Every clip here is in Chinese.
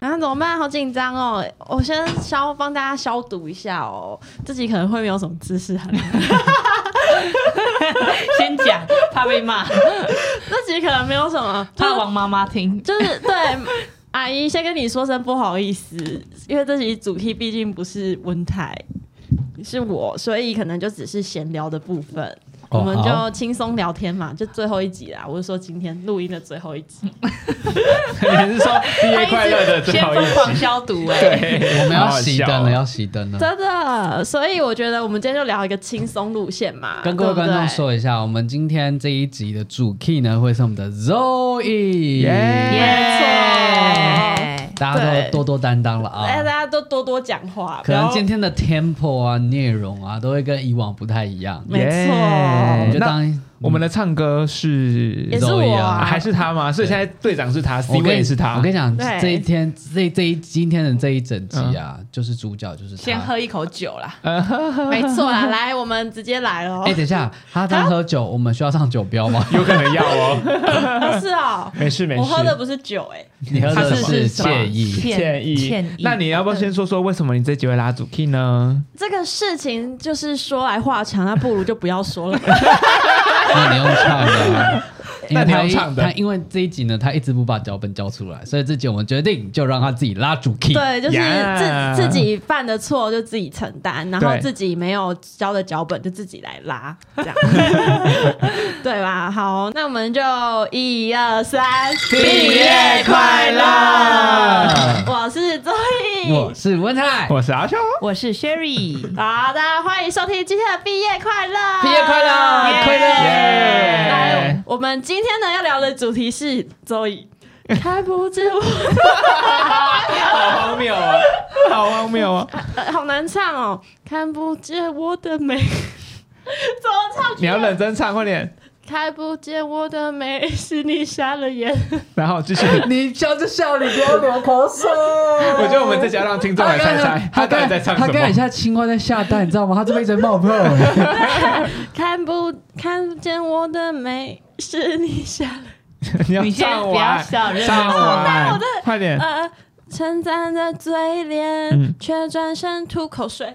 啊，怎么办？好紧张哦！我先消帮大家消毒一下哦，自己可能会没有什么知识啊含量，先讲，怕被骂，自己可能没有什么，就怕是王妈妈听。就是对阿姨先跟你说声不好意思，因为这集主题毕竟不是文台，是我，所以可能就只是闲聊的部分，哦我们好就轻松聊天嘛，就最后一集啦。我是说今天录音的最后一集，嗯你是说毕业快乐的最先后一疯集？狂消毒哎、对，我们好要好熄笑灯哦了，要熄灯了。真的，所以我觉得我们今天就聊一个轻松路线嘛，跟各位对不观众对说一下，我们今天这一集的主 key 呢，会是我们的 Zoe，耶没大家对都多多担当了哎，大啊。家都多多讲话，不可能要今天的 tempo 啊、内容啊，都会跟以往不太一样。没耶错我们就嗯那当我们的唱歌是也是我 Zoe 啊啊还是他吗？所以现在队长是他，C 跟位也是他。？我跟你讲，对这一天这这一今天的这一整集啊，就是主角就是他。先喝一口酒啦，没错 啦，来，我们直接来喽哎、。等一下，他在喝酒，我们需要上酒标吗有可能要哦， 啊 是哦，没事没事。我喝的不是酒，哎，你喝的是惬意，建议歉意。那你要不要先说说为什么你这集会拉主 key 呢？这个事情就是说来话长，那不如就不要说了。那你用唱的啊、因那为你他用唱的他因为这一集呢，他一直不把脚本交出来，所以这集我们决定就让他自己拉主 key。对，就是呀自自己犯的错就自己承担，然后对自己没有交的脚本就自己来拉，这样对吧？好，那我们就一二三，毕业快乐！我是周毅，我是文泰，我是阿秋，我是 Sherry，好的，欢迎收听今天的毕业快乐，毕业快乐耶快乐耶来，我们今天呢要聊的主题是周易。开不知我、好荒谬啊，好荒谬啊！呃好难唱哦，看不见我的美， 怎么唱？你要认真唱，快点，看不见我的美，是你瞎了眼。然后继续。 你笑就笑，你不要流口水。我 我觉得我们这集要让听众来猜猜， 他到底刚在唱他什刚才么？像青蛙在下蛋，你知道吗？他这边一直冒泡。看不看不见我的美，是你瞎了。 你要你先唱不要完，笑，认真唱完，快点。呃，称赞的嘴嗯脸，却转身吐口水。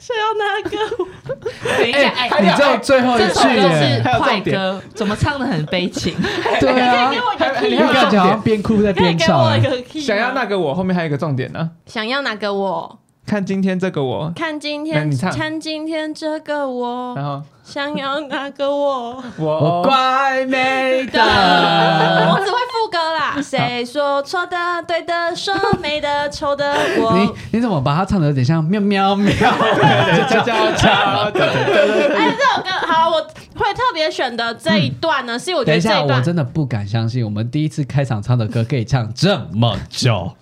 谁要那个我？等一下，哎、还你有知道最后一这首句歌耶是？还有快重点歌，怎么唱的很悲情？ 哎对啊，我一个你你 key，还有感觉好重像边哭在可以边给唱我一欸。个 key 点，吗想要那个我后面还有一个重点呢。想要哪个我？看今天这个我，看今那天，你唱看今天这个我，啊然后想要哪个我？我我怪美 的，我只会副歌啦。谁说错的、对的、说美的、丑的你我？你怎么把它唱的有点像喵喵喵？悄悄悄，对对对对哎，这首歌好，我会特别选的这一段呢，是因为我觉等得一这下，一我段真的不敢相信，我们第一次开场唱的歌可以唱这么久，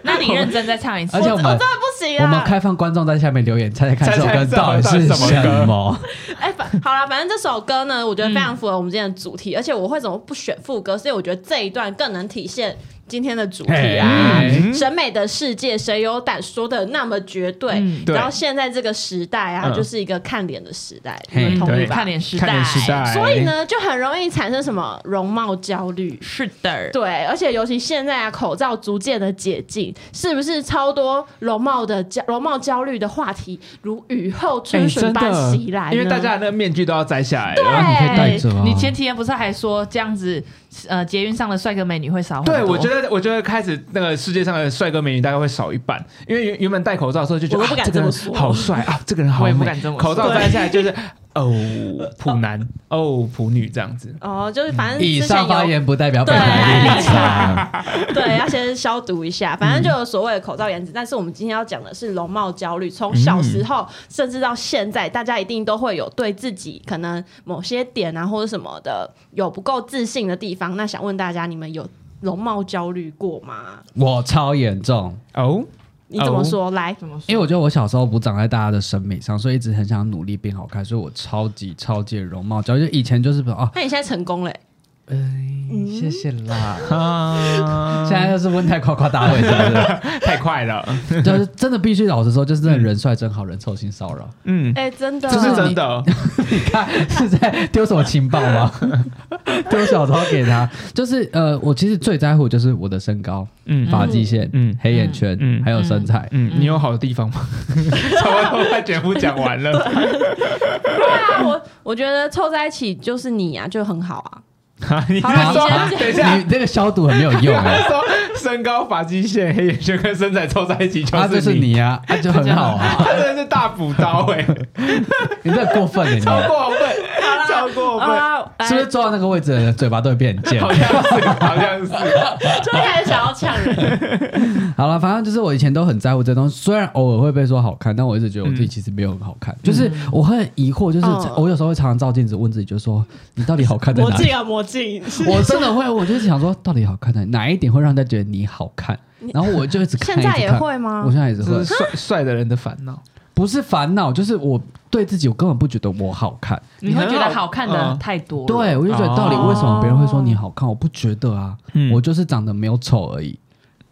那你认真再唱一次而。且我我真的们。不行啊。我们开放观众在下面留言，猜猜看这首歌到底是猜猜这首什歌么？哎，反好啦，反正这首歌呢，我觉得非常符合我们今天的主题，而且我会怎么不选副歌，所以我觉得这一段更能体现今天的主题啊。嘿嗯审美的世界，谁有胆说的那么绝对？嗯对然后现在这个时代啊，嗯就是一个看脸的时代，你嘿们同意哎对吧看？脸时代，哎看脸时代，哎所以，呢，就很容易产生什么容貌焦虑。是的，对，而且尤其现在啊，口罩逐渐的解禁，是不是超多容貌的焦容貌焦虑的话题如雨后春哎，笋真般的袭来，呢？因为大家的那个面具都要摘下来然了。后你可以带走啊。你前几天不是还说这样子，呃，捷运上的帅哥美女会哦少很多？对，我觉得，我觉得开始那个世界上的帅哥美女大概会少一半，因为原原本戴口罩的时候就觉得我都不敢啊这个人这么说好帅啊，这个人好我美，也不敢这么说口罩摘下来就是哦，普男哦，普女这样子，哦，就是反正以之前上发有言不代表本台立场。 对，要先消毒一下。反正就有所谓的口罩颜值，但是我们今天要讲的是容貌焦虑，从小时候甚至到现在，大家一定都会有对自己可能某些点啊或者什么的有不够自信的地方。那想问大家，你们有容貌焦虑过吗？我超严重，哦，你怎么说？来，怎么说？因为我觉得我小时候不长在大家的审美上，所以一直很想努力变好看，所以我超级超级容貌焦虑。就以前就是说哦，那你现在成功了欸、哎、谢谢啦。啊，现在又是温太夸夸大会，是不太快了，嗯是？ 就是真的必须老实说，就是真的人帅真好，人丑性骚扰。嗯，哎、真的，这是真的，哦嗯你看是在丢什么情报 吗？丢小抄给他，就是呃，我其实最在乎就是我的身高、嗯发际线、嗯黑眼圈，嗯还有身材。嗯，你有好的地方 吗？差不多快全部讲完了，对啊，我我觉得凑在一起就是你啊，就很好 啊。啊你是好了说你先等一下你这个消毒很没有 用啊他哎、说身高、发际线、黑眼圈跟身材凑在一起啊，就就是是你，你啊，啊就很好啊， 他真的是大补刀 哎，你这过分了、你知道吗超过分，超 过分，啊，是不是坐到那个位置的人嘴巴都会变很尖？好像是，好像是，就开始想要呛人？好了，反正就是我以前都很在乎这东西，虽然偶尔会被说好看，但我一直觉得我自己其实没有很好看，就是嗯我会很疑惑，就是哦嗯我有时候会常常照镜子问自己，就说你到底好看在哪里？啊，魔镜， 我真的会，我就是想说，到底好看在哪一点会让大家觉得你好看？然后我就一直看，哎现在一直也看会吗我现在也是这会嗯是，帅帅的人的烦恼。不是烦恼，就是我对自己，我根本不觉得我好看。你会觉你很得好好看的嗯太多了，对，我就觉哦得到底为什么别人会说你好看？我不觉得啊，嗯我就是长得没有丑而已，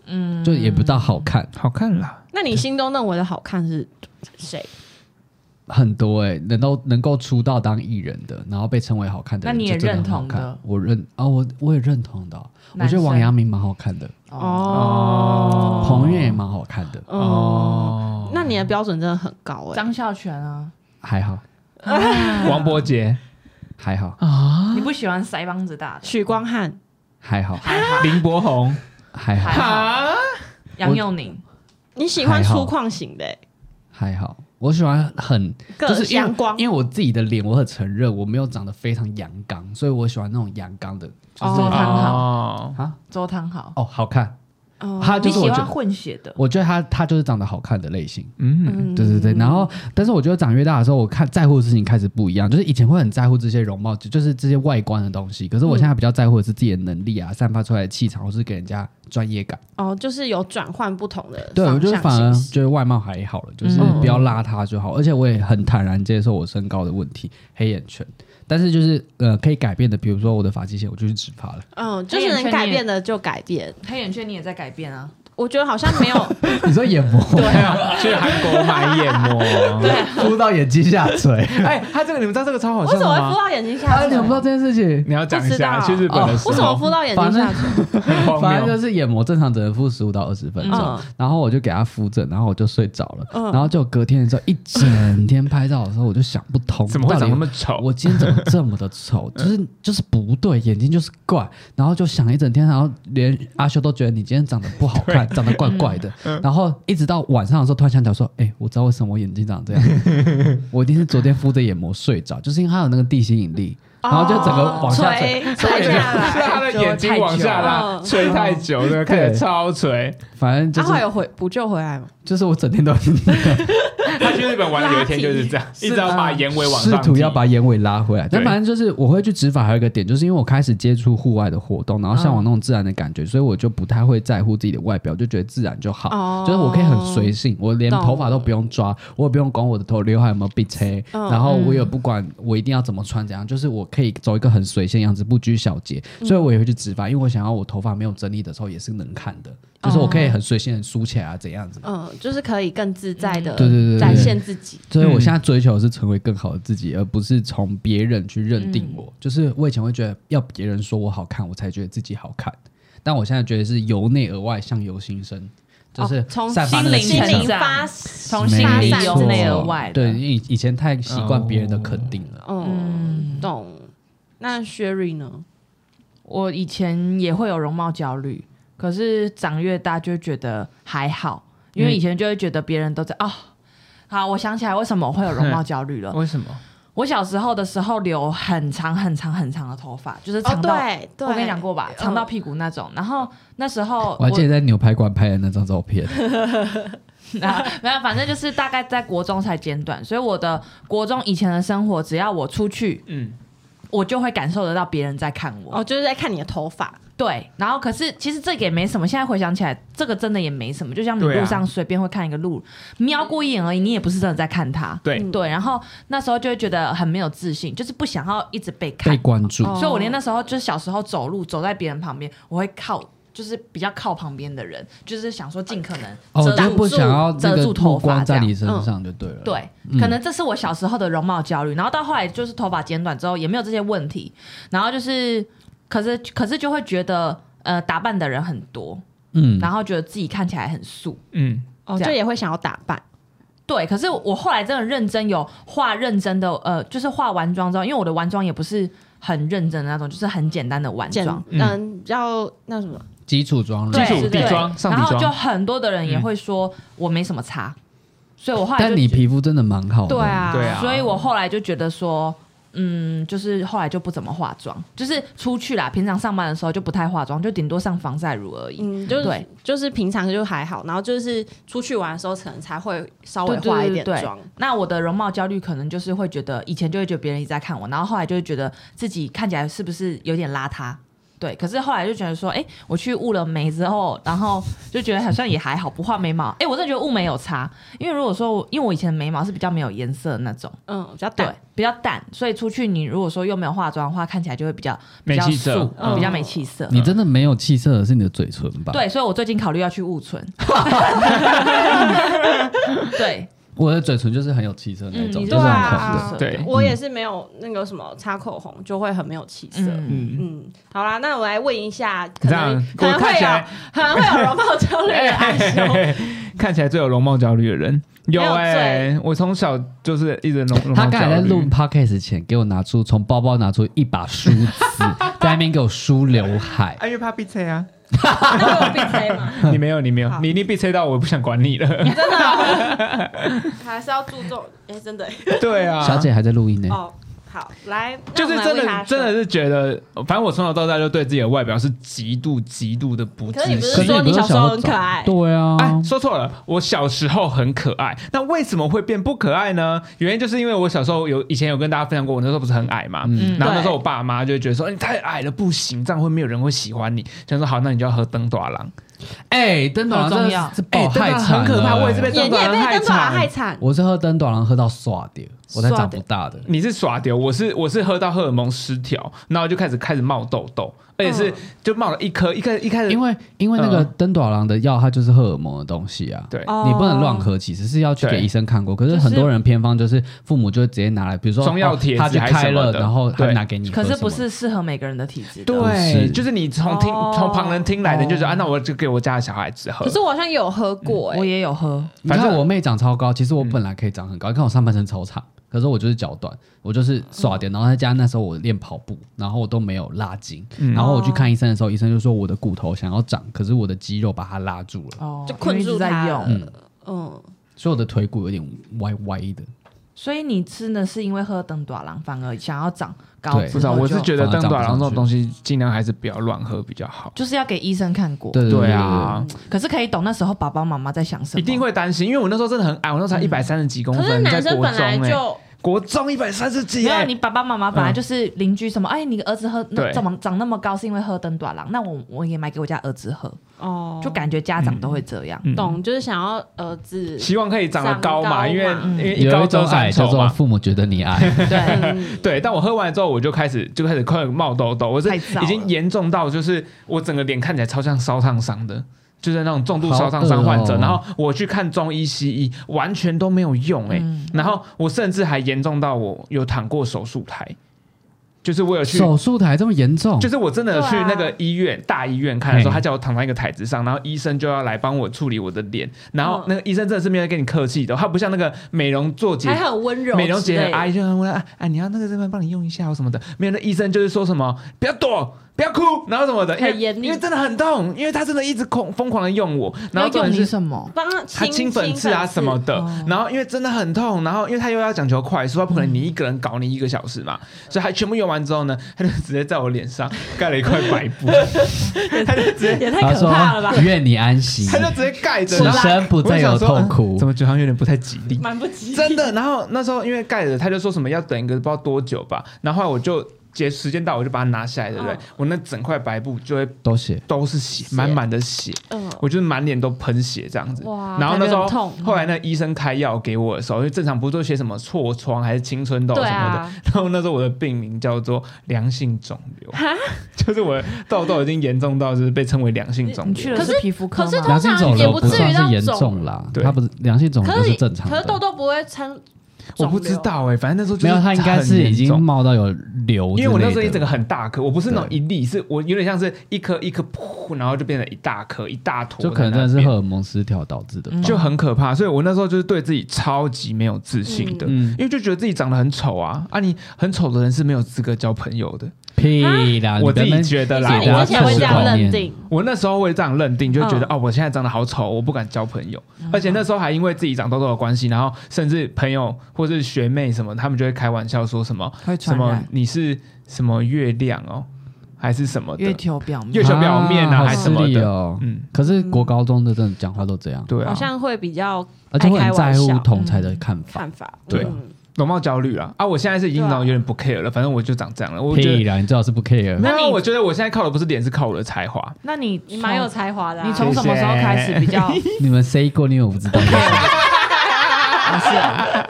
嗯就也不到好看。好看啦，那你心中认为的好看是谁？很多哎、能够能够出道当艺人的，然后被称为好看的人，那你也就真的很好认同看的我认啊、我我也认同的哦、我男觉得王生阳明蛮好看的，哦彭越也蛮好看的，哦，那你的标准真的很高哎、哦张孝 全啊，还好王伯杰、还好啊你不喜欢腮帮子大的，许光汉，还好还好林柏宏，还好还好，杨佑宁，你喜欢还好粗犷型的、欸，还好，我喜欢很各就是因为阳光因为我自己的脸，我很承认我没有长得非常阳刚，所以我喜欢那种阳刚的周汤豪，哦，啊周汤豪，哦，好看，哦他就是你我喜觉欢得混血的，我觉得他他就是长得好看的类型。嗯，对对对，然后但是我觉得长越大的时候，我看在乎的事情开始不一样，就是以前会很在乎这些容貌，就就是这些外观的东西，可是我现在比较在乎的是自己的能力啊，散发出来的气场，或是给人家专业感。哦，就是有转换不同的对，我方就是向反而性是觉得外貌还好了，就是嗯不要邋遢就好，而且我也很坦然接受我身高的问题，黑眼圈。但是就是呃，可以改变的，比如说我的发际线，我就去植发了。嗯，就是能改变的就改变。黑眼圈你也在改变啊，我觉得好像 没有， 你说眼膜对啊，去韩国买眼膜，对，敷到眼睛下垂，哎， 他这个你们知道这个超好为什笑么的会敷吗？到眼睛下 啊，去？你们不知道这件事情？你要讲一不知下，道去日本的时候，为什么敷到眼睛下去？很荒反正谬就是眼膜正常只能敷十五到二十分钟，嗯然后我就给他敷着，然后我就睡着了。嗯然后就隔天的时候，一整天拍照的时候，我就想不通，怎么会长那么到底丑？我今天怎么这么的 丑？就是就是不对，眼睛就是怪，然后就想一整天，然后连阿修都觉得你今天长得不好看，长得怪怪的。然后一直到晚上的时候，突然想起来说，哎、我知道为什么我眼睛长这样， 我一定是昨天敷着眼膜睡着，就是因为它有那个地心引力，然后就整个往下垂。哦垂对垂就是下来。他的眼睛往下拉，嗯垂太久了，看起来超垂。反正就他后来是有回补救回来吗？就是我整天都他去日本玩的有一天就是这样，一直要把眼尾往 试上提，图要把眼尾拉回来。但对反正就是我会去执法，还有一个点，就是因为我开始接触户外的活动，然后向往那种自然的感觉，所以我就不太会在乎自己的外表，就觉得自然就好，哦就是我可以很随性，我连懂头发都不用抓，我也不用管我的头刘海有没有被切，嗯然后我也不管我一定要怎么穿怎样，就是我可以走一个很随性的样子，不拘小节。嗯所以我也会去执法，因为我想要我头发没有整理的时候也是能看的，就是我可以很随性的梳起来啊，怎样子。嗯，就是可以更自在的嗯对对对对展现自己。所以我现在追求的是成为更好的自己，而不是从别人去认定嗯我。就是我以前会觉得要别人说我好看，我才觉得自己好看，但我现在觉得是由内而外向由心生，就是哦从散发心那个灵气心场灵成长发，从没心里发散由错内而外的哦对，以以前太习惯别人的肯定了。嗯，懂。那 Sherry 呢？我以前也会有容貌焦虑，可是长越大就觉得还好，因为以前就会觉得别人都在哦。好，我想起来为什么我会有容貌焦虑 了。为什么？我小时候的时候留很长很长很长的头发，就是哦长，到、对对，我跟你讲过吧，长到嗯屁股那种。然后那时候我还记得在牛排馆拍的那张照片，啊，没有，反正就是大概在国中才剪短，所以我的国中以前的生活，只要我出去，嗯，我就会感受得到别人在看我。哦哦，就是在看你的头发。对，然后可是其实这个也没什么，现在回想起来，这个真的也没什么。就像你对啊路上随便会看一个路，瞄过一眼而已，你也不是真的在看它。对嗯对，然后那时候就会觉得很没有自信，就是不想要一直被看被。关注。哦所以我连那时候就是小时候走路走在别人旁边，我会靠，就是比较靠旁边的人，就是想说尽可能哦，遮就住、不想要那遮个住目头发光这在样。你身上就对了。，对，嗯可能这是我小时候的容貌焦虑，然后到后来就是头发剪短之后也没有这些问题，然后就是，可是可是就会觉得呃打扮的人很多，嗯，然后觉得自己看起来很素，嗯，哦，这就样也会想要打扮，对，可是我后来真的认真有化认真的呃，就是化完妆之后，因为我的完妆也不是很认真的那种，就是很简单的完简妆。嗯嗯，要那什么，基础妆基容。对础对底对妆上然底后就妆，很多的人也会说我没什么差，所以我后来就但你皮肤真的蛮好的。对，啊，对啊所以我后来就觉得说，嗯，就是后来就不怎么化妆，就是出去啦，平常上班的时候就不太化妆，就顶多上防晒乳而已。嗯，就是对就是平常就还好，然后就是出去玩的时候可能才会稍微对对化一对点对妆，那我的容貌焦虑可能就是会觉得，以前就会觉得别人一直在看我，然后后来就会觉得自己看起来是不是有点邋遢。对，可是后来就觉得说，哎，我去雾了眉之后，然后就觉得好像也还好，不画眉毛。哎，我真的觉得雾眉有差，因为如果说我，因为我以前眉毛是比较没有颜色的那种，嗯，比较对淡，，比较淡，所以出去你如果说又没有化妆的话，看起来就会比较比较没气色素嗯比较没气色。你真的没有气色的是你的嘴唇吧？，对，所以我最近考虑要去雾唇。对，我的嘴唇就是很有气色那嗯种，你就对是很啊红的。色对我嗯也是没有那个什么擦口红就会很没有气色。嗯嗯，嗯，好啦，那我来问一下，可这样能可能我看会起有来可能会有容貌焦虑的啊阿 修，看起来最有容貌焦虑的人有没有哎、我从小就是一直容容他貌刚才焦在录虑。 podcast 前，给我拿出从包包拿出一把梳 子，在那边给我梳刘海。哎，因为怕被催 啊！那我有被催吗？你没有，你没有好，你一定被催到，我不想管你了。真的哦、还是要注重，哎、真的对 啊，小姐还在录音呢，哦。好，来，那就我是们来真问他的，真的是觉得，反正我从小到大就对自己的外表是极度、极度的不可是你自不可是信。说你小时候很可可爱对啊哎，，说错了，我小时候很可爱，那为什么会变不可爱呢？原因就是因为我小时候有以前有跟大家分享过，我那时候不是很矮嘛，嗯然后那对时候我爸妈就会觉得说、哎你太矮了不行，这样会没有人会喜欢你。想说好，那你就要喝灯短郎。哎，灯短郎真的是哎爆害灯短惨郎很可怕了我也是被眼睛也被灯爪害惨，我是喝灯短郎喝到耍掉，我才耍长掉不大的。你是耍丢，我是我是喝到荷尔蒙失调，然后就开始开始冒痘痘，而且是嗯就冒了一颗，一开一开始因为因为那个嗯灯短郎的药，它就是荷尔蒙的东西啊。对哦你不能乱喝，其实是要去给对医生看过。可是就是很多人偏方就是父母就会直接拿来，比如说中药哦贴纸他去还是开什么了，的然后他对拿给你喝可什么的。是不是适合每个人的体质的。不对，是就是你从听哦从旁人听来的，你就觉得啊，那我就给我家的小孩子哦喝可。是我好像有喝过、哎、嗯我也有喝，你看反正我妹长超高，其实嗯我本来可以长很高，你看我上半身超长，可是我就是脚短，我哦就是耍点，然后再加上那时候我练跑步，然后我都没有拉筋，嗯然后我去哦看医生的时候，医生就说我的骨头想要长，可是我的肌肉把它拉住了，哦，就困因为一直住它在了用。嗯，嗯，所以我的腿骨有点歪歪的，所以你真的是因为喝灯短郎，反而想要长高对之后就，不知道，我是觉得反而灯长不短上郎这种去东西，尽量还是不要乱喝比较好。就是要给医生看过。对对对啊，可是可以懂那时候爸爸妈妈在想什么。一定会担心，因为我那时候真的很矮，我那嗯时候才一百三十几公可是分，在男生国本中来哎，就哦国中一百三十几没有，哎你，爸爸妈妈本来就是邻居什么，哎，你的儿子喝那对怎么长那么高，是因为喝灯短郎？那我我也买给我家儿子喝，哦，就感觉家长都会这样。嗯懂，就是想要儿子希望可以长得长高嘛，高嘛因为嗯因为一有高一遮种矮叫三丑做嘛。父母觉得你矮，对，嗯对，但我喝完之后，我就开始就开始快冒痘痘，我是太早了已经严重到就是我整个脸看起来超像烧烫伤的，就是那种重度烧烫伤患者。好恶哦然后我去看中医西医，完全都没有用哎、嗯然后我甚至还严重到我有躺过手术台，就是 我有去手术台这么严重，就是我真的有去对啊那个医院、大医院看的时候，哦嘿他叫我躺在一个台子上，然后医生就要来帮我处理我的脸，然后嗯那个医生真的是没有在跟你客气的，他不像那个美容做姐还。很温柔之类美的，容姐阿姨就很问啊，啊，你要那个这边帮你用一下哦什么的，没有，那医生就是说什么不要躲，不要哭，然后什么的，因为很严厉因为真的很痛，因为他真的一直恐疯狂的用我，然后重要用点你是什么？帮他他清粉刺啊什么的，哦然后因为真的很痛，然后因为他又要讲求快速，他不可能你一个人搞你一个小时嘛，所以他全部用完之后呢，他就直接在我脸上 盖了一块白 布，他就直 接也太他可说怕了吧，愿你安息，他就直接盖着，此然后生不再有痛我就想说嗯苦怎。么觉得好像有点不太吉 利？蛮不吉利真的，然后那时候因为盖着，他就说什么要等一个不知道多久吧，然后后来我就。结时间到我就把它拿下来，对不对？嗯我那整块白布就会都写都是哦血，血满满的血，嗯，我就是满脸都喷血这样子。哇然后那啊感时觉候很痛，嗯后来那医生开药给我的时候，因为正常不是都写什么痤疮还是青春痘什对么的，啊，然后那时候我的病名叫做良性肿瘤，哈，就是我的痘痘已经严重到就是被称为良性你肿你瘤。去了可是皮肤科可是吗通良常性肿也瘤不至于算到是严肿重啦，对它不是良性肿瘤可是以，正常可的是。痘痘不会称，我不知。道哎、反正那时候就是没有，它应该很是严已经重冒到有瘤之类的，因为我那时候一整个很大颗，我不是那种对一粒，是我有点像是一颗一颗噗，然后就变成一大颗一大坨在就那可边，能真的是荷尔蒙失调导致的吧，嗯就很可怕。所以我那时候就是对自己超级没有自信的，嗯因为就觉得自己长得很丑啊啊！你很丑的人是没有资格交朋友的，屁啦！啊我你自己们觉得啦所以。你你大家之我前会这样观认念定，我那时候会这样认定，就觉得、嗯哦，我现在长得好丑，我不敢交朋友。嗯而且那时候还因为自己长痘痘的关系，然后甚至朋友或是学妹什么，他们就会开玩笑说什么会什传么染你是什么月亮哦，还是什么的月球表面月球表面啊好还是什么的失礼哦。嗯，可是国高中的真的讲话都这样，对啊，好像会比较而且会很在乎爱开玩笑同才的看法。看法。对嗯容貌焦虑啊啊！我现在是已经对啊有点不 care 了，反正我就长这样了。我觉屁得，啦，你最好是不 care 没那有，你我觉得我现在靠的不是脸，是靠我的才华。那你你蛮有才华的啊，你从什么时候开始比较？你们 say 过，你以为我不知道吗？啊是啊，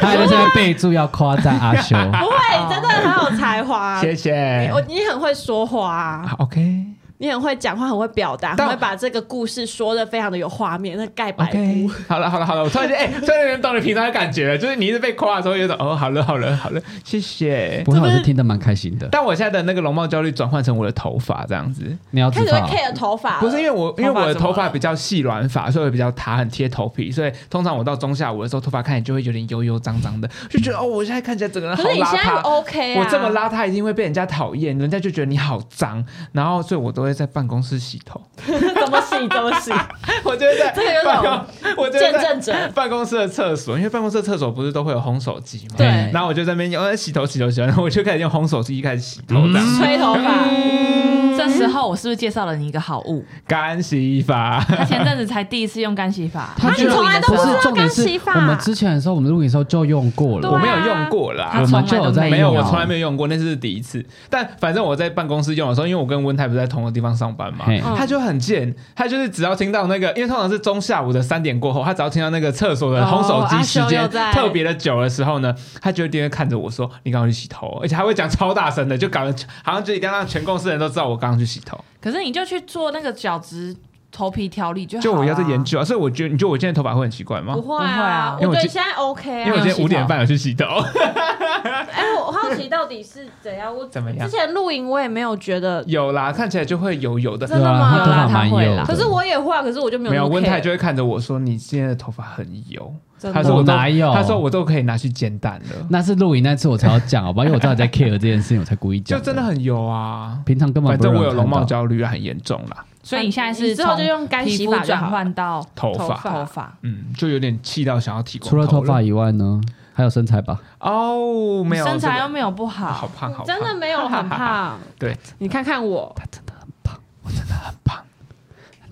他还在下面备注要夸赞阿 修，不会，真的很有才华啊。谢谢你我你很会说话啊，好，OK 你很会讲话，很会表达，但很会把这个故事说的非常的有画面，那盖白布 OK，。好了好了好了，我突然间哎，突然间懂你平常的感觉了，就是你一直被夸的时候，有种哦，好了好了好了，谢谢不。过我是听得蛮开心的。但我现在的那个容貌焦虑转换成我的头发这样子，你要知哦开始会道， care 头发了，不是因为我因为我的头啊头发怎么发了比较细软发，所以会比较塌，很贴头皮，所以通常我到中下午的时候，头发看起来就会有点油油脏脏的，就觉得哦，我现在看起来整个人好可是你邋现在遢。 OK 啊？我这么，邋遢一定会被人家讨厌，人家就觉得你好脏，然后所以我都会在办公室洗头，怎么洗怎么洗？ 我就会在这个有办种 公，我就会见在证者，办公室的厕所，因为办公室的厕所不是都会有烘手机嘛，对然后我就在那边用呃洗头洗头洗头，然后我就开始用烘手机开始洗头这样，吹头发， 嗯这时候我是不是介绍了你一个好物？干洗法，啊他前阵子才第一次用干洗 法，他去居然录影的时不不知道候是重点干洗是法我们之前的时候，我们录影的时候就用过啊对了，啊我没有用过啦，他我们就有在从来都没有，用啊我从来没有用过，那是第一次。但反正我在办公室用的时候，因为我跟温泰不是在同个地方上班嘛嗯嘿，他就很贱，他就是只要听到那个，因为通常是中下午的三点过后，他只要听到那个厕所的烘手机时哦阿修又间在特别的久的时候呢，他就一定会看着我说：“你刚刚去洗头哦。”而且他会讲超大声的，就搞得好像就一定要让全公司人都知道我刚刚去洗头。 可是你就去做那个角质头皮调理就好就我要在啦研。究啊，所以我觉得你觉得我现在头发会很奇怪吗不？会不会啊啊，我因为觉得我今现在 OK 因啊为我。今没有洗天头五点半有去洗头，哎，我好奇到底是怎样？我 啊怎么样之？前露营我也没有觉得，有啦，看起来就会油油的。真的对啊，吗他头发蛮有油啦的。可是我也会啊，可是我就没有没有，那么温 care 泰就会看着我说：“你今天的头发很油。”嗯真他的说我都哪有他说我都可以拿去煎蛋了，那是录影那次我才要讲，好吧？因为我知道你在 care 这件事情，我才故意就讲。真的，很油啊。平常根本反不会正我让有人容貌看到焦虑啊，很严重啦，所以你现在是之后就从用干洗皮肤法就转好换到头头发，发头发，嗯，就有点气到想要剃光除了头了发以外呢，还有身材吧？哦，没有身材这又个没有不啊好好，胖，好胖。真的没有 很胖 对，你看看我，他真的很胖，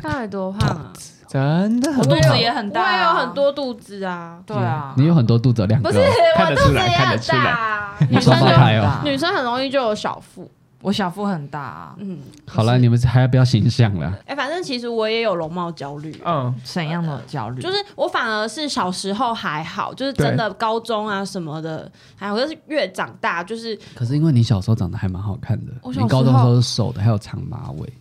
到底多胖啊？真的我很肚子胖，也很大，啊我也有很，多肚子啊。对啊，嗯你有很多肚子，有两个不哦。是，我 看得肚出子来也看很得出来大啊。你女双生胞就胎哦。女生很容易就有小腹，我小腹很大啊，嗯，好了，你们还要不要形象了？哎，反正其实我也有容貌焦虑。嗯，怎样的焦虑？就是我反而是小时候还好，就是真的高中啊什么的还好，可是越长大就是可是因为你小时候长得还蛮好看的，我小时候你高中的时候是瘦的，还有长马尾，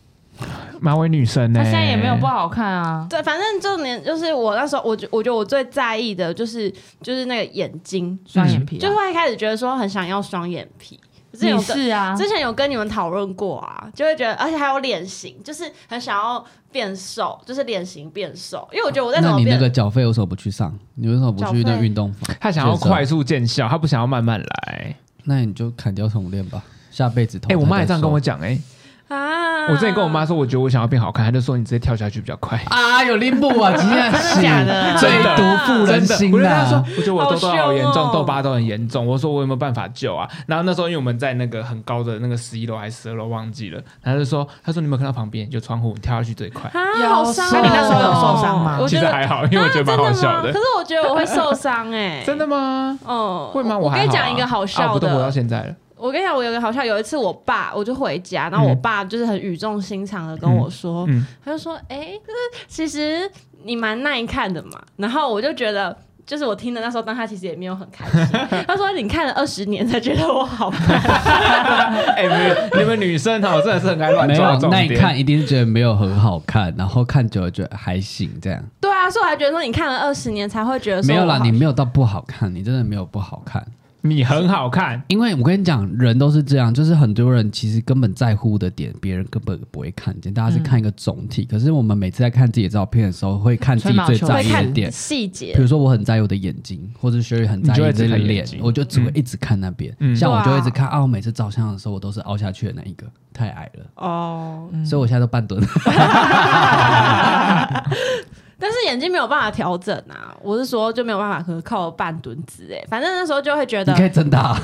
马尾女神呢，他现在也没有不好看啊，对，反正重点就是我那时候，我觉我觉得我最在意的就是就是那个眼睛，双眼皮啊就，会开始觉得说很想要双眼皮。之前有你跟是啊，之前有跟你们讨论过啊，就会觉得，而且还有脸型，就是很想要变瘦，就是脸型变瘦，因为我觉得我在怎那么你那变，个缴费为什么不去上？你为什么不去缴那费运动房？他想要健身快速见效，他不想要慢慢来。那你就砍掉重练吧，下辈子头。哎，我妈也这样跟我。讲，哎，啊，我之前跟我妈说，我觉得我想要变好看，她就说你直接跳下去比较快。啊，有拎布啊，今天 真的假的 最真的毒妇人心啊我就跟他说啦，，啊我觉得我痘痘好严好凶重，哦痘疤都很严重。我说我有没有办法救啊？然后那时候因为我们在那个很高的那个十一楼还是十二楼忘记了，他就说他说你有没有看到旁边有窗户，你跳下去最快。啊，有好伤哦，那你那时候有受伤吗 我其觉实得啊还好，因为我觉得蛮好笑真吗可的是。我觉得我会受伤哎、 真的吗？嗯，会吗？我跟还好啊你讲一个好啊笑我都活的，到现在了。 我跟你讲，我有个好笑，有一次我爸，我就回家，然后我嗯爸就是很语重心长的跟我说，嗯嗯他就说：“哎、可是其实你蛮耐看的嘛。”然后我就觉得。就是我听的那时候，当他其实也没有很开心。他说：“你看了二十年才觉得我好看，哎、你们你们女生哦哈，真的是很爱乱没抓有重那点。一看一定是觉得没有很好看，然后看久了觉得还行这样。对啊，所以我还觉得说你看了二十年才会觉得说没有我啦，好你没有到不好看，你真的没有不好看。你很好看，因为我跟你讲，人都是这样，就是很多人其实根本在乎的点，别人根本不会看见，大家是看一个总体。可是我们每次在看自己的照片的时候，会看自己最在会意的点看，细节比。如说我很在意我的眼睛，或者 Sherry 很在意这你个就会一直看脸眼，睛我就只会一直看那边。嗯像我就会一直对啊看啊，我每次照相的时候，我都是凹下去的那一个，太矮了，哦，所以我现在都半蹲。但是眼睛没有办法调整啊，我是说就没有办法可能靠半蹲姿哎，反正那时候就会觉 你得可以真的啊，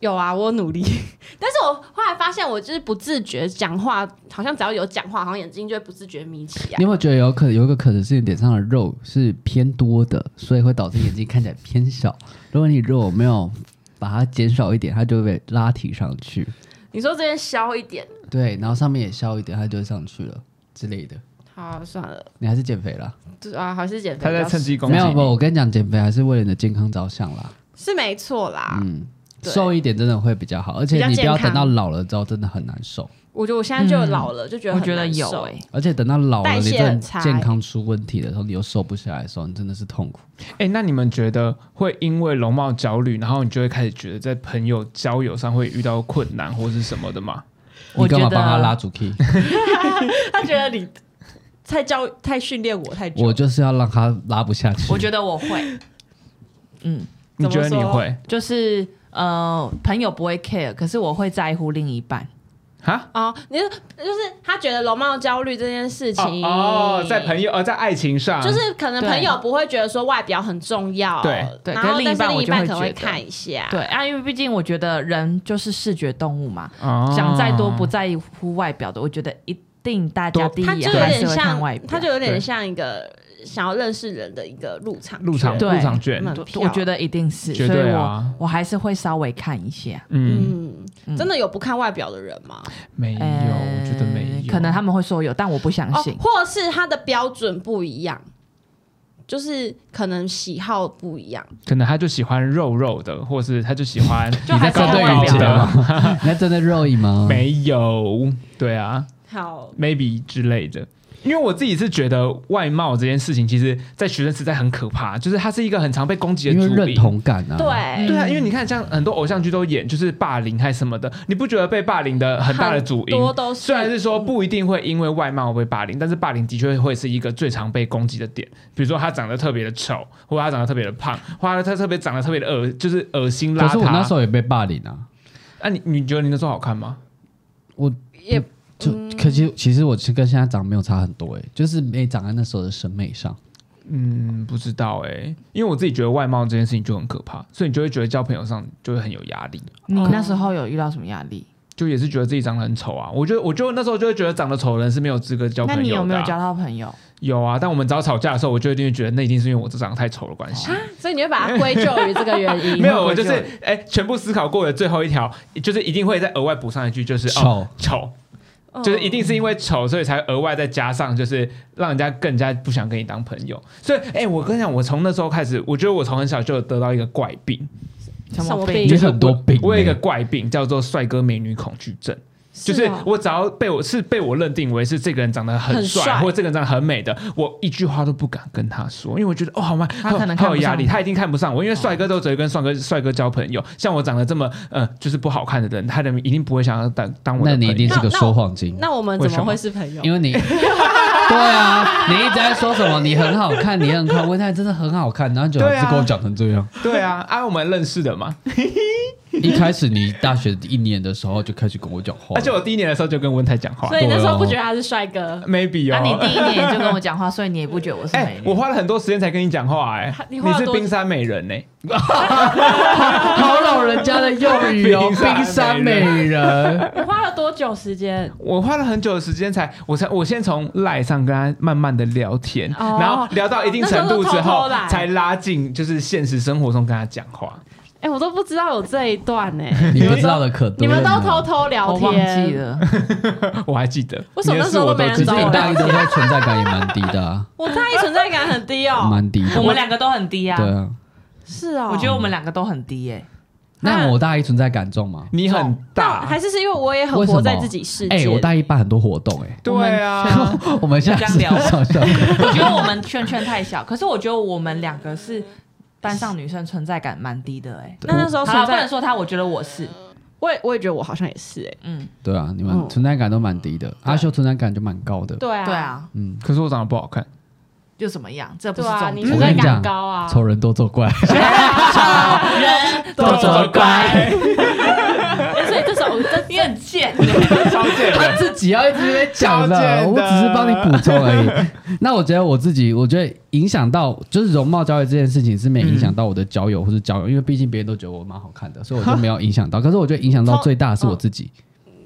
有啊，我努力， 但是我后来发现我就是不自觉讲话，好像只要有讲话，好像眼睛就会不自觉眯起来你有。没有觉得有可有一个可能是你脸上的肉是偏多的，所以会导致眼睛看起来偏小？如果你肉没有把它减少一点，它就会被拉提上去。你说这边消一点，对，然后上面也消一点，它就会上去了之类的。好算了，你还是减肥啦？就是啊，还是减肥他比较在趁机攻击没有你不，我跟你讲，减肥还是为了你的健康着想啦。是没错啦。嗯，对瘦一点真的会比较好，而且你比不较健要康等到老了之后真的很难受，我觉得我现在就老了，就觉得嗯欸我很觉得难有受哎、欸而且等到老了代你谢真很的差健康出问题的时候，你又瘦不下来的时候，你真的是痛苦。哎、那你们觉得会因为容貌焦虑，然后你就会开始觉得在朋友交友上会遇到困难或是什么的吗？你我干觉嘛得帮他拉主 key？他觉得你太教太训练我太久， 我就是要让他拉不下去。我觉得我会，嗯，你觉得怎么你说会就是呃，朋友不会 care，可是我会在乎另一半。哈？哦，你是就是他觉得容貌焦虑这件事哦情哦，在朋友呃，在爱情上就是可能对朋友不会觉得说外表很重要，对对然后跟另但一半是另我一就会半可能会觉得看一下，对啊，因为毕竟我觉得人就是视觉动物嘛，哦想再多不在乎外表的，我觉得一定大家多第他一就眼有还是点会看外像，表。他就有啊对点像一个想要认识人的一个入场入券场对入场券，门对票我觉得一定是，绝所以对我、啊我还是会稍微看一下。嗯，嗯，真的有不看外表的人吗？没有，我觉得没有，呃可能他们会说有，但我不相哦信，。或是他的标准不一样，就是可能喜好不一样。可能他就喜欢肉肉的，或是他就喜欢 就还是高看对外高于表的，吗？ 你在针对肉 o 吗？没有，对啊，好， maybe 之类的。因为我自己是觉得外貌这件事情，其实在学生时代很可怕，就是它是一个很常被攻击的因为主认力。同感啊。对，对啊，因为你看，像很多偶像剧都演就是霸凌还是什么的，你不觉得被霸凌的很大的主因很？多都是虽然是说不一定会因为外貌被霸凌，但是霸凌的确会是一个最常被攻击的点。比如说他长得特别的丑，或者他长得特别的胖，或者他特别长得特别的恶，就是恶心邋可遢。是我那时候也被霸凌啊。啊，你你觉得你那时候好看吗？我也就嗯可惜，其实我是跟现在长没有差很多哎、就是没长在那时候的审美上。嗯，不知道哎、因为我自己觉得外貌这件事情就很可怕，所以你就会觉得交朋友上就会很有压力，你哦那时候有遇到什么压力？就也是觉得自己长得很丑啊。我觉得，我就那时候就会觉得长得丑的人是没有资格交朋那友的、啊。你有没有交到朋友？有啊，但我们只要吵架的时候，我就一定会觉得那一定是因为我这长得太丑的关系。嗯所以你会把它归咎于这个原因。 没有，我我就是就哎、全部思考过的最后一条，就是一定会再额外补上一句，就是哦丑，嗯就是一定是因为丑，所以才额外再加上，就是让人家更加不想跟你当朋友。所以，哎、我跟你讲，我从那时候开始，我觉得我从很小就有得到一个怪病，什什么病？病你很多病欸我有一个怪病叫做帅哥美女恐惧症。就是哦我只要被我是被我认定为是这个人长得很很帅帅，或者这个人长得很美的，我一句话都不敢跟他说，因为我觉得哦，好吗？他可能好看有不上压力，你他一定看不上我，因为帅哥都只会跟帅哥帅哥交朋友，像我长得这么呃，就是不好看的人，他的一定不会想要当当我的那朋你友。一定是个说谎精，那我们怎为什么么会是朋友？因为 你对啊，你一直在说什么你很好看，你很好看，温太真的很好看，然后就对啊只跟我讲成这样。对啊，啊，我们认识的嘛，一开始你大学一年的时候就开始跟我讲话，哦而且我第一年的时候就跟温泰讲话所以那时对哦候不觉得他是帅哥， ，maybe 那你哦。第一年就跟我讲话，所以你也不觉得我是 哎、美女。我花了很多时间才跟你讲话、哎，你花了是多冰山美人呢、好老人家的用语 哦，冰冰山山美美 人。你花了多久时间？我花了很久的时间才，我才我先从赖上跟他慢慢的聊天，哦然后聊到一定程度那之时候后偷偷来，才拉近就是现实生活中跟他讲话。哎、我都不知道有这一段欸呢、你不知道的可多。你们都偷，偷聊我忘记天，了，我还记得，为什么那时候你的事我都没人其记实找你我大一的时候存在感也蛮低的啊，我太存在感很低哦、蛮低 的。我们两个都很低啊。对啊，是哦、我觉得我们两个都很低耶、那我大一存在感重吗？你很但大，还是是因为我也很为什活么在自己世界。哎，我大一办很多活动， 哎，对啊，我们现在是这样聊少少哦我 觉得我们圈圈太小，可是我觉得我们两个是班上女生存在感蛮低的哎、那那时候好啦，存不能在，说她，我觉得我是，我也我也觉得我好像也是哎、嗯，对啊，你们存在感都蛮低的，阿秀存在感就蛮高的。对啊对，啊，嗯，可是我长得不好看，又怎么样？这不对是啊，重你点。嗯存我跟在你讲感高 啊。丑人多作怪，人都走走 乖，所以这首这你很贱。 超贱他的。自己要一直在讲超的，贱的我只是帮你补充而已。那我觉得我自己，我觉得影响到就是容貌焦虑这件事情是没有影响到我的交友或是交友，因为毕竟别人都觉得我蛮好看的，所以我就没有影响到。可是我觉得影响到最大的是我自己，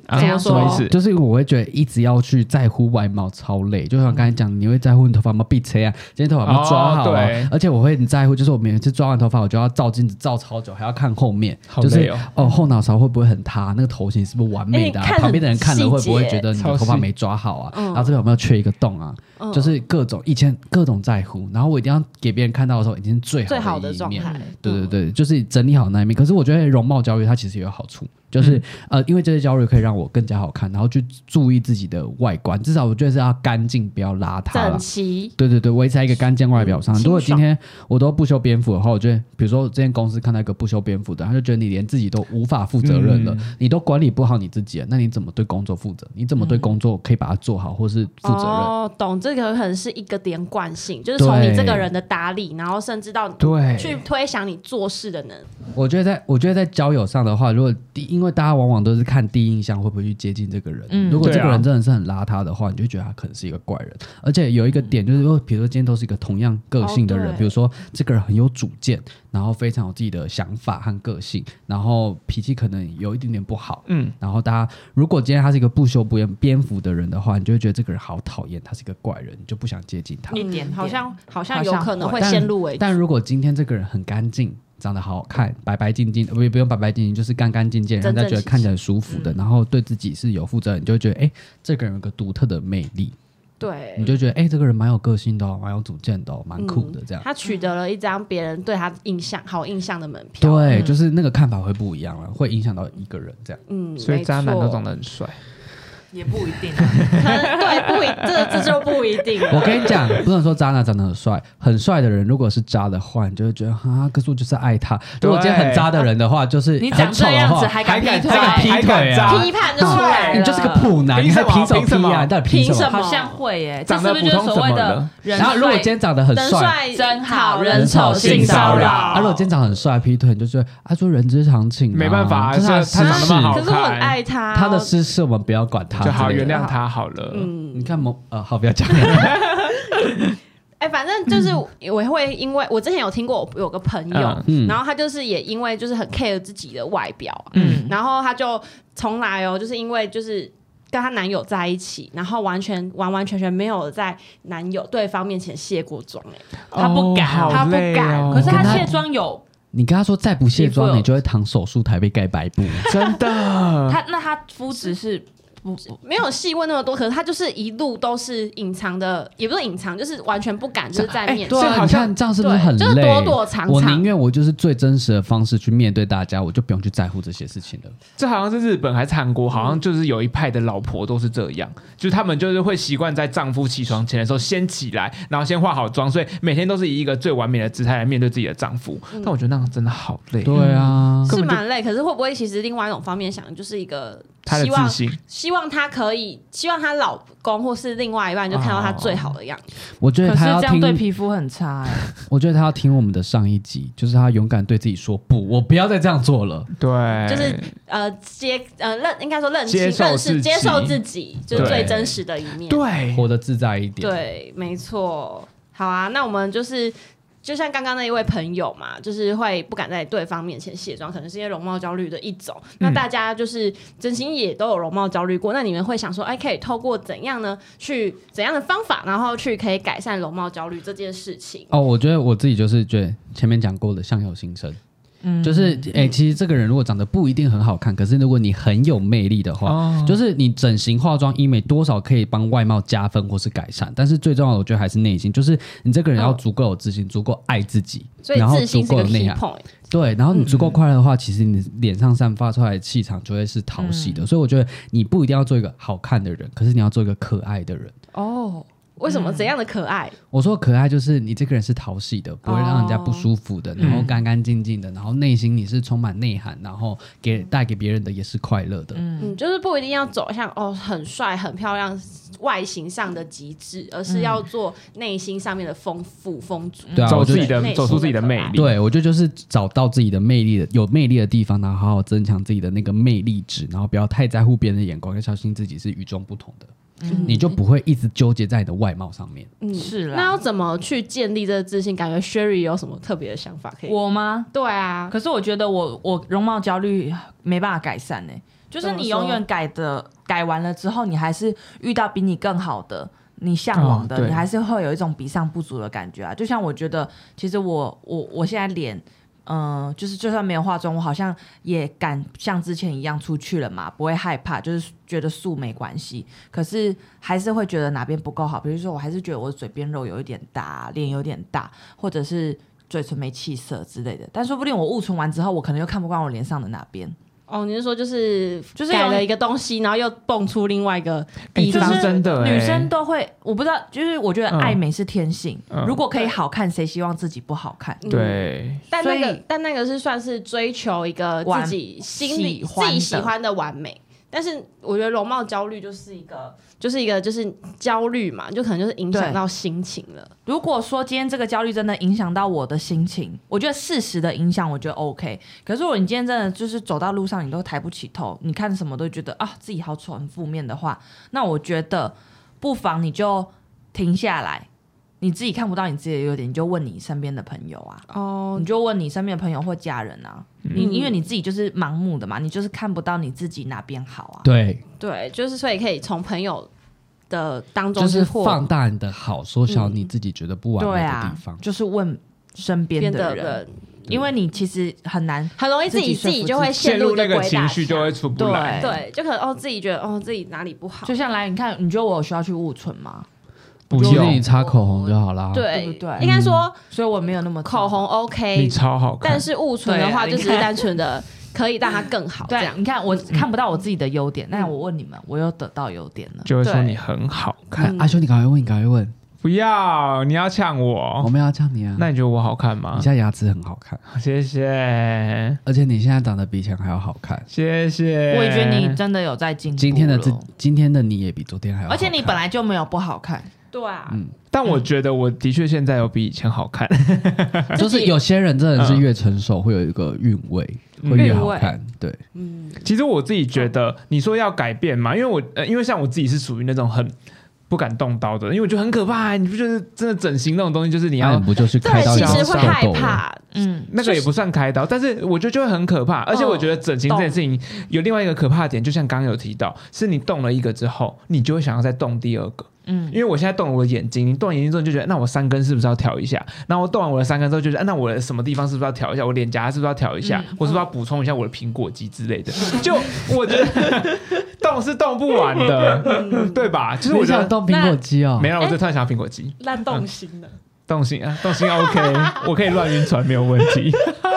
啊怎样什么说意思？就是我会觉得一直要去在乎外貌超累，就像刚才讲，你会在乎你头发有没有闭吹啊，今天头发有没有抓好哦啊对，而且我会很在乎，就是我每次抓完头发，我就要照镜子照超久，还要看后面，好就是累哦哦后脑勺会不会很塌，那个头型是不是完美的啊哎你看，旁边的人看了很会细节不会觉得你超的细头发没抓好啊，嗯然后这边有没有缺一个洞啊，嗯就是各种以前各种在乎，然后我一定要给别人看到的时候已经是最最好好 的的一状面。态。对对对，就是整理好那一面。可是我觉得容貌焦虑它其实也有好处，就是、嗯呃，因为这些焦虑可以让我更加好看，然后去注意自己的外观，至少我觉得是要干净，不要邋遢整啦。齐，对对对，维持在一个干净外表上。嗯如果清今爽天我都不修边幅的话，我觉得，比如说之前公司看到一个不修边幅的，他就觉得你连自己都无法负责任了，嗯你都管理不好你自己了，那你怎么对工作负责？你怎嗯么对工作可以把它做好，或是负责任？哦，懂这个可能是一个连贯性，就是从你对这个人的打理，然后甚至到对去推想你做事的能力。我觉得在我觉得在交友上的话，如果第因为大家往往都是看第一印象会不会去接近这个人，嗯如果这对个啊人真的是很邋遢的话，你就觉得他可能是一个怪人。而且有一个点就是说，比如说今天都是一个同样个性的人，哦对比如说这个人很有主见，然后非常有自己的想法和个性，然后脾气可能有一点点不好。嗯，然后大家，如果今天他是一个不修不厌边幅的人的话，你就会觉得这个人好讨厌，他是一个怪人，你就不想接近他。一点点好像好像好有像可能会会但先入为主。但如果今天这个人很干净，长得好好看，白白净净，呃不也不用白白净净，就是干干净净，让真大正家觉得气看起来舒服的，然后对自己是有负责任，你就会觉得哎、诶这个人有个独特的魅力，对，你就觉得哎、诶这个人蛮有个性的、哦，蛮有主见的、哦，蛮酷的这样。他取得了一张别人对他印象好印象的门票。对，嗯就是那个看法会不一样了，会影响到一个人这样。嗯，所以渣男都长的，得很帅，也不一定啊。可能 对不一，这这就不一定了。我跟你讲，不能说渣男长得很帅，很帅的人如果是渣的话，你就会觉得哈，可是我就是爱他。如果今天很渣的人的话，就是你很长丑这的样子话，还敢劈腿？还敢劈还腿敢啊渣，批判就出来了，你就是个普男，你凭什还么凭手凭什劈啊？么你到底凭凭什什么么？好像会耶、这长得是不是就是普通所谓怎么的了人然后如果今天长得很人帅，帅真好人人丑丑性性骚骚扰扰。啊，如果今天长得很帅，劈腿你就觉得啊，说人之常情啊，没办法啊这是这他长得那么私好可是我很爱他哦，事他的私事我们不要管他，就好之类原的谅他好了。嗯你看某呃，好，不要讲，哎、反正就是嗯我会因为我之前有听过我有个朋友，嗯然后他就是也因为就是很 care 自己的外表啊、嗯，然后他就从来哦，就是因为就是跟她男友在一起，然后完全完完全全没有在男友对方面前卸过妆、哎，他不敢哦他不敢好累哦可是他跟他卸妆有你跟他说再不卸你妆，会你就会躺手术台被盖白布。真 的，他，那他肤质是不不没有细问那么多，可是他就是一路都是隐藏的，也不是隐藏，就是完全不敢，就是在面前这。啊，好你像看这样是不是对很就是累？躲躲藏藏我宁愿我就是最真实的方式去面对大家，我就不用去在乎这些事情了。这好像是日本还是韩国，好像就是有一派的老婆都是这样，就是他们就是会习惯在丈夫起床前的时候先起来，然后先化好妆，所以每天都是以一个最完美的姿态来面对自己的丈夫。嗯但我觉得那样真的好累，对啊，是根本就蛮累，可是会不会其实另外一种方面想，就是一个他的希望自信希望她可以，希望她老公或是另外一半就看到她最好的样子。我觉得可是他要这样听对皮肤很差哎、我觉得他要听我们的上一集，就是他勇敢对自己说不，我不要再这样做了。对，就是呃接呃认应该说认清接受认自识己接受自己，就是对最真实的一面。对，活得自在一点。，对没错。好啊，那我们就是。就像刚刚那一位朋友嘛，就是会不敢在对方面前卸妆，可能是因为容貌焦虑的一种。那嗯大家就是真心也都有容貌焦虑过，那你们会想说，哎，可以透过怎样呢，去怎样的方法，然后去可以改善容貌焦虑这件事情？哦，我觉得我自己就是觉得前面讲过的相由心生，嗯就是哎、其实这个人如果长得不一定很好看，可是如果你很有魅力的话，哦就是你整形、化妆、医美多少可以帮外貌加分或是改善，但是最重要的我觉得还是内心，就是你这个人要足够有自信，足够爱自己，哦所以然后自足信是够个有 key 内涵。 point。嗯对，然后你足够快乐的话，其实你脸上散发出来的气场就会是讨喜嗯的。所以我觉得你不一定要做一个好看的人，可是你要做一个可爱的人。哦，为什么？怎样的可爱？我说可爱就是你这个人是讨喜的，不会让人家不舒服的，然后干干净净的，然后内心你是充满内涵，然后给带给别人的也是快乐的。嗯，就是不一定要走向哦很帅、很漂亮、外形上的极致，而是要做内心上面的丰富丰足。对啊走我觉自得己的，内心走出自己的的可魅爱力。对，我觉得就是找到自己的魅力的有魅力的地方，然后好好增强自己的那个魅力值，然后不要太在乎别人的眼光，要小心自己是与众不同的，你就不会一直纠结在你的外貌上面。嗯，是啦那要怎么去建立这个自信？感觉 Sherry 有什么特别的想法可以？我吗？对啊，可是我觉得我我容貌焦虑没办法改善呢、就是你怎么说永远改的改完了之后，你还是遇到比你更好的，你向往的，哦对你还是会有一种比上不足的感觉啊。就像我觉得，其实我我我现在脸。嗯，就是就算没有化妆，我好像也敢像之前一样出去了嘛，不会害怕，就是觉得素没关系。可是还是会觉得哪边不够好，比如说我还是觉得我嘴边肉有一点大，脸有点大，或者是嘴唇没气色之类的。但说不定我误唇完之后，我可能又看不惯我脸上的哪边。哦，你是说就是就是有改了一个东西，然后又蹦出另外一个哎地这方？是真的欸女生都会，我不知道，就是我觉得嗯爱美是天性，嗯如果可以好看，谁希望自己不好看？对，但那所个以但那个是算是追求一个自己心里喜欢自的己喜欢的完美。但是我觉得容貌焦虑就是一个，就是一个，就是焦虑嘛，就可能就是影响对到心情了。如果说今天这个焦虑真的影响到我的心情，我觉得适时的影响，我觉得 OK。可是如果你今天真的就是走到路上，你都抬不起头，你看什么都觉得啊自己好丑，很负面的话，那我觉得不妨你就停下来，你自己看不到你自己的优点，你就问你身边的朋友啊，哦你，就问你身边的朋友或家人啊，嗯你因为嗯你自己就是盲目的嘛，你就是看不到你自己哪边好啊。对，对，就是所以可以从朋友的当中就是去获放大你的好，缩小嗯你自己觉得不完对美的啊地方，。就是问身边变的得人，人，因为你其实很难。很容易自己自自己说服己就会自陷陷入一个那个鬼打情绪就墙会出不来。对，就可能哦自己觉得哦自己哪里不好，就像来，你看，你觉得我有需要去误唇吗？不其实用你，擦口红就好啦。对对不对嗯应该说所以我没有那么口红 OK，你超好看哎但。是物存的话对就啊只是你看单纯的可以让它更好这对样，。嗯你看嗯我看不到我自己的优点，那我问你们，我又得到优点了。就会说对你很好看，看阿修，你赶快问，你赶快问，不要，你要呛我我。们要叫你啊。嗯那你觉得我好看吗你？现在牙齿很好看，谢谢，而且你现在长得比以前还要好看。谢谢。我也觉得你真的有在进步了。今天的自，今天的你也比昨天还要好而看，且你本来就没有不好看，对啊，但我觉得我的确现在有比以前好看。 就是有些人真的是越成熟会有一个韵味，嗯会越好看。对，其实我自己觉得，你说要改变嘛，因为我、呃、因为像我自己是属于那种很不敢动刀的，因为我觉得很可怕、你不觉得真的整形那种东西，就是你你要、你不就是这开到其有实痘会害痘了？怕，嗯，那个也不算开刀，但是嗯我觉得就会很可怕。而且我觉得整形这件事情有另外一个可怕的点，就像刚刚有提到，是你动了一个之后，你就会想要再动第二个。嗯嗯，因为我现在动了我的眼睛，你动完眼睛之后你就觉得，那我三根是不是要调一下？然后我动完我的三根之后就觉得，啊那我的什么地方是不是要调一下？我脸颊是不是要调一下？我是不是要补充一下我的苹果肌之类的？就我觉得 动是动不完的，嗯对吧？就是我你觉想得动苹果肌哦没，有，我就突然想要苹果肌。烂嗯动心的。动心啊，动心 OK，我可以乱晕船没有问题。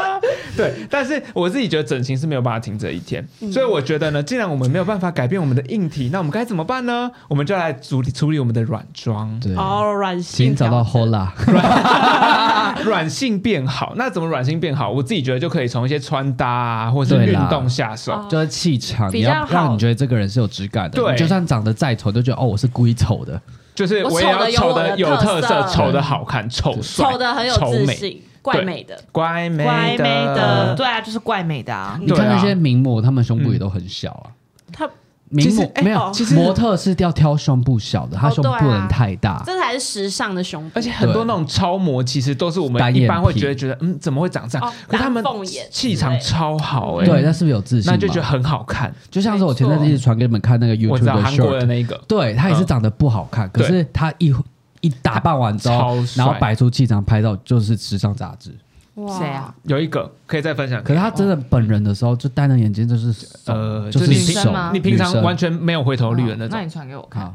对，但是我自己觉得整形是没有办法停这一天，嗯所以我觉得呢，既然我们没有办法改变我们的硬体，那我们该怎么办呢？我们就来处理处理我们的软装，对，哦，软性请找到 调整 Hola。啊软性变好。那怎么软性变好？我自己觉得就可以从一些穿搭啊，或是对运啦动下哦手。就是气场，比你较要好让你觉得这个人是有质感的。对你就算长得再丑，都觉得哦，我是故意丑的。就是我我也丑要得有丑我的的有特特色，色丑的好看，丑帅，丑的很有丑自美，信，怪美的。乖妹乖妹的的，嗯对啊，就是怪美的啊。你看那些名模，他们胸部也都很小啊。嗯他名其实模哎没哦有，其实模特是要挑胸部小的，她哦胸部不能太大。这才是时尚的胸部，而且很多那种超模，其实都是我单们眼一般会皮觉得觉得，嗯，怎么会长这样？哦可他们蓝凤眼气场超好哎、对，那是不是有自信那嘛？就觉得很好看。就像是我前阵子一直传给你们看那个我 YouTube 知道的韩国嗯的 short，那一个，对他也是长得不好看，可是他一一打扮完之后超，帅然后摆出气场拍照就是时尚杂志。哇谁啊？？有一个可以再分享给可你。是他真的本人的时候，就戴那眼镜就是呃就就是女生手吗，哦你平常女生完全没有回头哦率的那那种，你传给我看。好，啊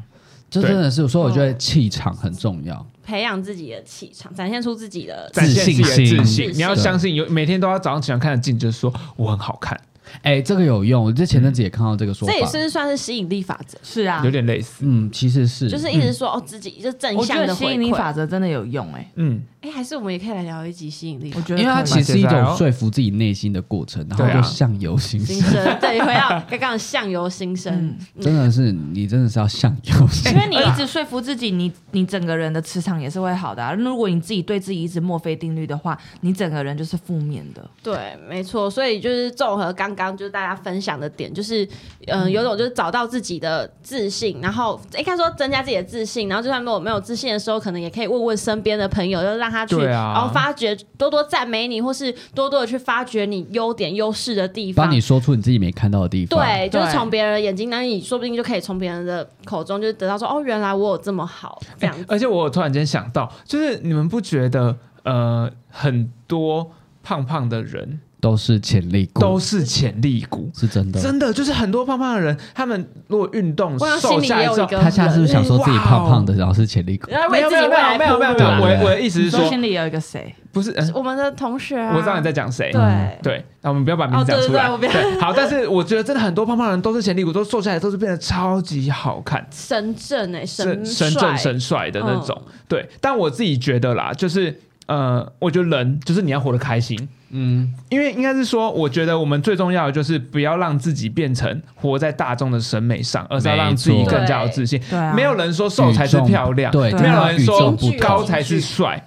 这真的是说，我觉得气场很重要。培养自己的气场，展现出自己的展现自己的自信心自信。你要相信，有每天都要早上起床看着镜子，就是说我很好看，哎、这个有用，我之前阵子也看到这个说法这，也是算是吸引力法则，是啊有，点类似。嗯，其实是就是一直说哦自己就正我觉向得的吸回引力馈法。则真的有用哎，嗯，哎，还是我们也可以来聊一集吸引力我法觉得因为它可以其实是一种说服自己内心的过程，然后啊对啊就相由心新生，生，对，回到刚刚的相由心生嗯，真的是你真的是要相由心因为你一直说服自己，你你整个人的磁场也是会好的、啊。如果你自己对自己一直墨菲定律的话，你整个人就是负面的。对，没错，所以就是综合刚刚就是大家分享的点，就是嗯、呃有种就是找到自己的自信，然后应该说增加自己的自信，然后就算没有没有自信的时候，可能也可以问问身边的朋友，就让他去，对啊然后发掘多多赞美你，或是多多的去发掘你优点优势的地帮方你。说出你自己没看到的地方。对，就是对从别人的眼睛，那你说不定就可以从别人的口中，就是得到说，哦，原来我有这么好，这样欸子。而且我突然间想到，就是你们不觉得呃，很多胖胖的人都是潜力股，都是潜力股？是真的。真的就是很多胖胖的人，他们如果运动我想瘦心里下也来有之一后，个他下次是想说自己胖胖的，然后是潜力股。然后 没为有自没己未有没来有没有没有铺没有，路对啊对我对我的意思是你说说，心里有一个谁？不是，呃我们的同学啊，我知道你在嗯讲谁，对对，那我们不要把名字讲出来哦。对对对对，好，但是我觉得真的很多胖胖的人都是潜力股，都瘦下来都是变得超级好看，深圳哎，神帅嗯神正神帅的那种。对，但我自己觉得啦，就是呃，我觉得人就是你要活得开心，嗯，因为应该是说，我觉得我们最重要的就是不要让自己变成活在大众的审美上，而是要让自己更加有自信。对啊，没有人说瘦才是漂亮，对，没有人宇宙说不对啊高才是帅。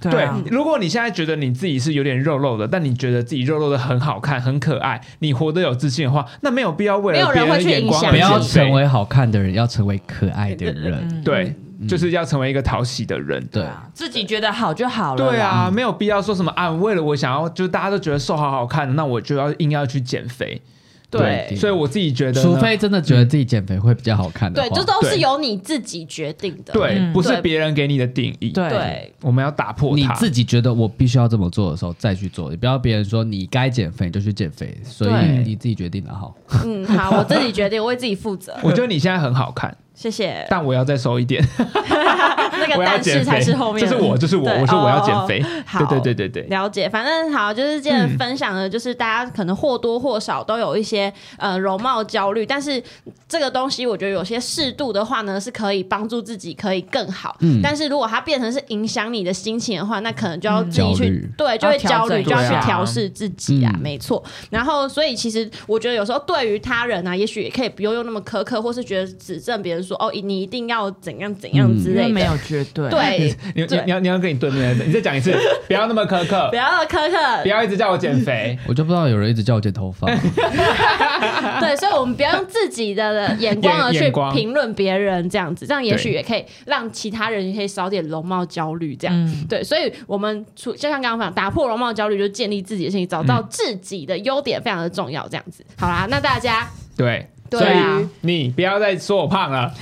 对对啊，，如果你现在觉得你自己是有点肉肉的，但你觉得自己肉肉的很好看、很可爱，你活得有自信的话，那没有必要为没了有别人会的去眼影光响而不要减成肥为好看的人，要成为可爱的人。嗯对，就是要成为一个讨喜的人。对，啊，自己觉得好就好了。嗯对，啊，没有必要说什么啊，为了我想要，就大家都觉得瘦好好看，那我就要硬要去减肥。对对所以我自己觉得呢，除非真的觉得自己减肥会比较好看的话，对，这都是对由你自己决定的。对，嗯不是对别人给你的定义，对对，我们要打破你它。自己觉得我必须要这么做的时候再去做，你不要别人说你该减肥你就去减肥，所以对你自己决定的好。嗯，好，我自己决定，我为自己负责。我觉得你现在很好 看，谢 谢。但我要再瘦一点，那 我个要但减是肥。才是后面这的，是我，这是我，对我说我要哦减肥。好对对对对对，了解，反正好，就是今天嗯分享的，就是大家可能或多或少都有一些呃容貌焦虑，但是这个东西我觉得有些适度的话呢，是可以帮助自己可以更好。嗯但是如果它变成是影响你的心情的话，那可能就要自己焦去、虑对，就会要调焦虑，整就要对啊去调试自己啊，嗯没错。然后，所以其实我觉得有时候对于他人啊，也许也可以不用用那么苛刻，或是觉得指正别人说哦，你一定要怎样怎样嗯之因为类没的。有绝对。 对，你你对你要你要跟你对面的，你再讲 一次，不要那么苛刻不，要那么苛刻不，要一直叫我减 肥。我就不知道有人一直叫我剪头 发，对，所以我们不要用自己的眼光而眼去眼光评论别人，这样子，这样也许对也可以让其他人也可以少点容貌焦虑，这样。嗯，对，所以我们除就像刚刚讲，打破容貌焦虑，就是建立自己的信心，找到自己的优点，非常的重要。这样子，好啦，那大家对，对所啊以你不要再说我胖了，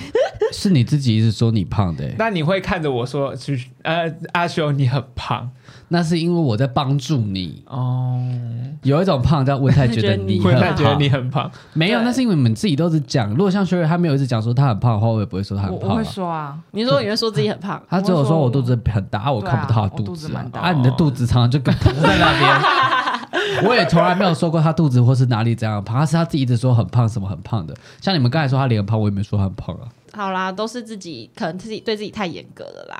是你自己一直说你胖 的、欸那你会看着我说，去呃，阿修你很胖那是因为我在帮助你。哦，有一种胖叫温太觉得你觉会得很你太觉得胖你，很胖，没有，对那是因为你们自己都是讲。如果像学友他没有一直讲说他很胖的话，我也不会说他我很我胖会啊。说啊，你说你会说自己很胖，他只有说我肚子很大，我对啊看不到他我肚子子啊蛮。大啊，你的肚子常常就跟在 那边。我也从来没有说过他肚子或是哪里怎样胖，他是他自己一直说很胖什么很胖的。像你们刚才说他脸很胖，我也没说他很胖啊。好啦，都是自己可能自己对自己太严格了啦。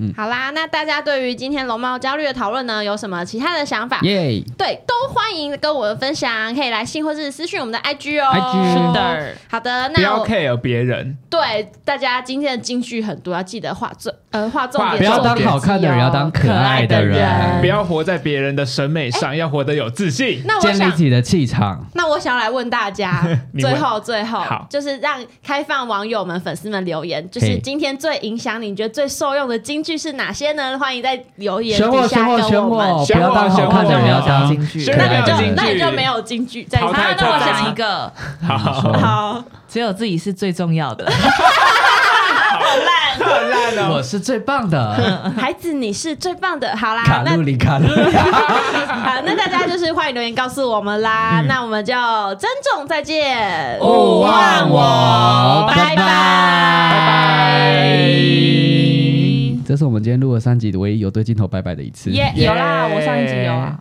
嗯，好啦，那大家对于今天容貌焦虑的讨论呢，有什么其他的想法？耶！对，都欢迎跟我们分享，可以来信或是私讯我们的 IG 哦。 IG 是的，好的，不那要我 care 别人，对大家今天的金句很多，要记得画重呃画重画点，不要重当点好看的人，记哦要当可爱的可爱的人人不。要活在别人的审美上，要活得有自信。，那我建立想自，己的气场。那我想要来问大家你问最后最后好，就是让开放网友们、粉丝们留言，就嘿是今天最影响你、你觉得最受用的金句是哪些呢？欢迎在留言选我，底选下我，跟选们我！。选不要当好看的人，选我要当选我可选那爱你的就人那你就对没有金句在。淘那汰那我淘汰想一个，好好，只有自己是最重要的。好烂。很烂哦我是最棒的，孩子，你是最棒的。好啦，卡那路里卡路里，好，那大家就是欢迎留言告诉我们啦。那我们就珍重再见，嗯勿忘 我拜拜哦拜拜拜这是我们今天录了三集唯一有对镜头拜拜的一次。耶、有啦，我上一集有啊。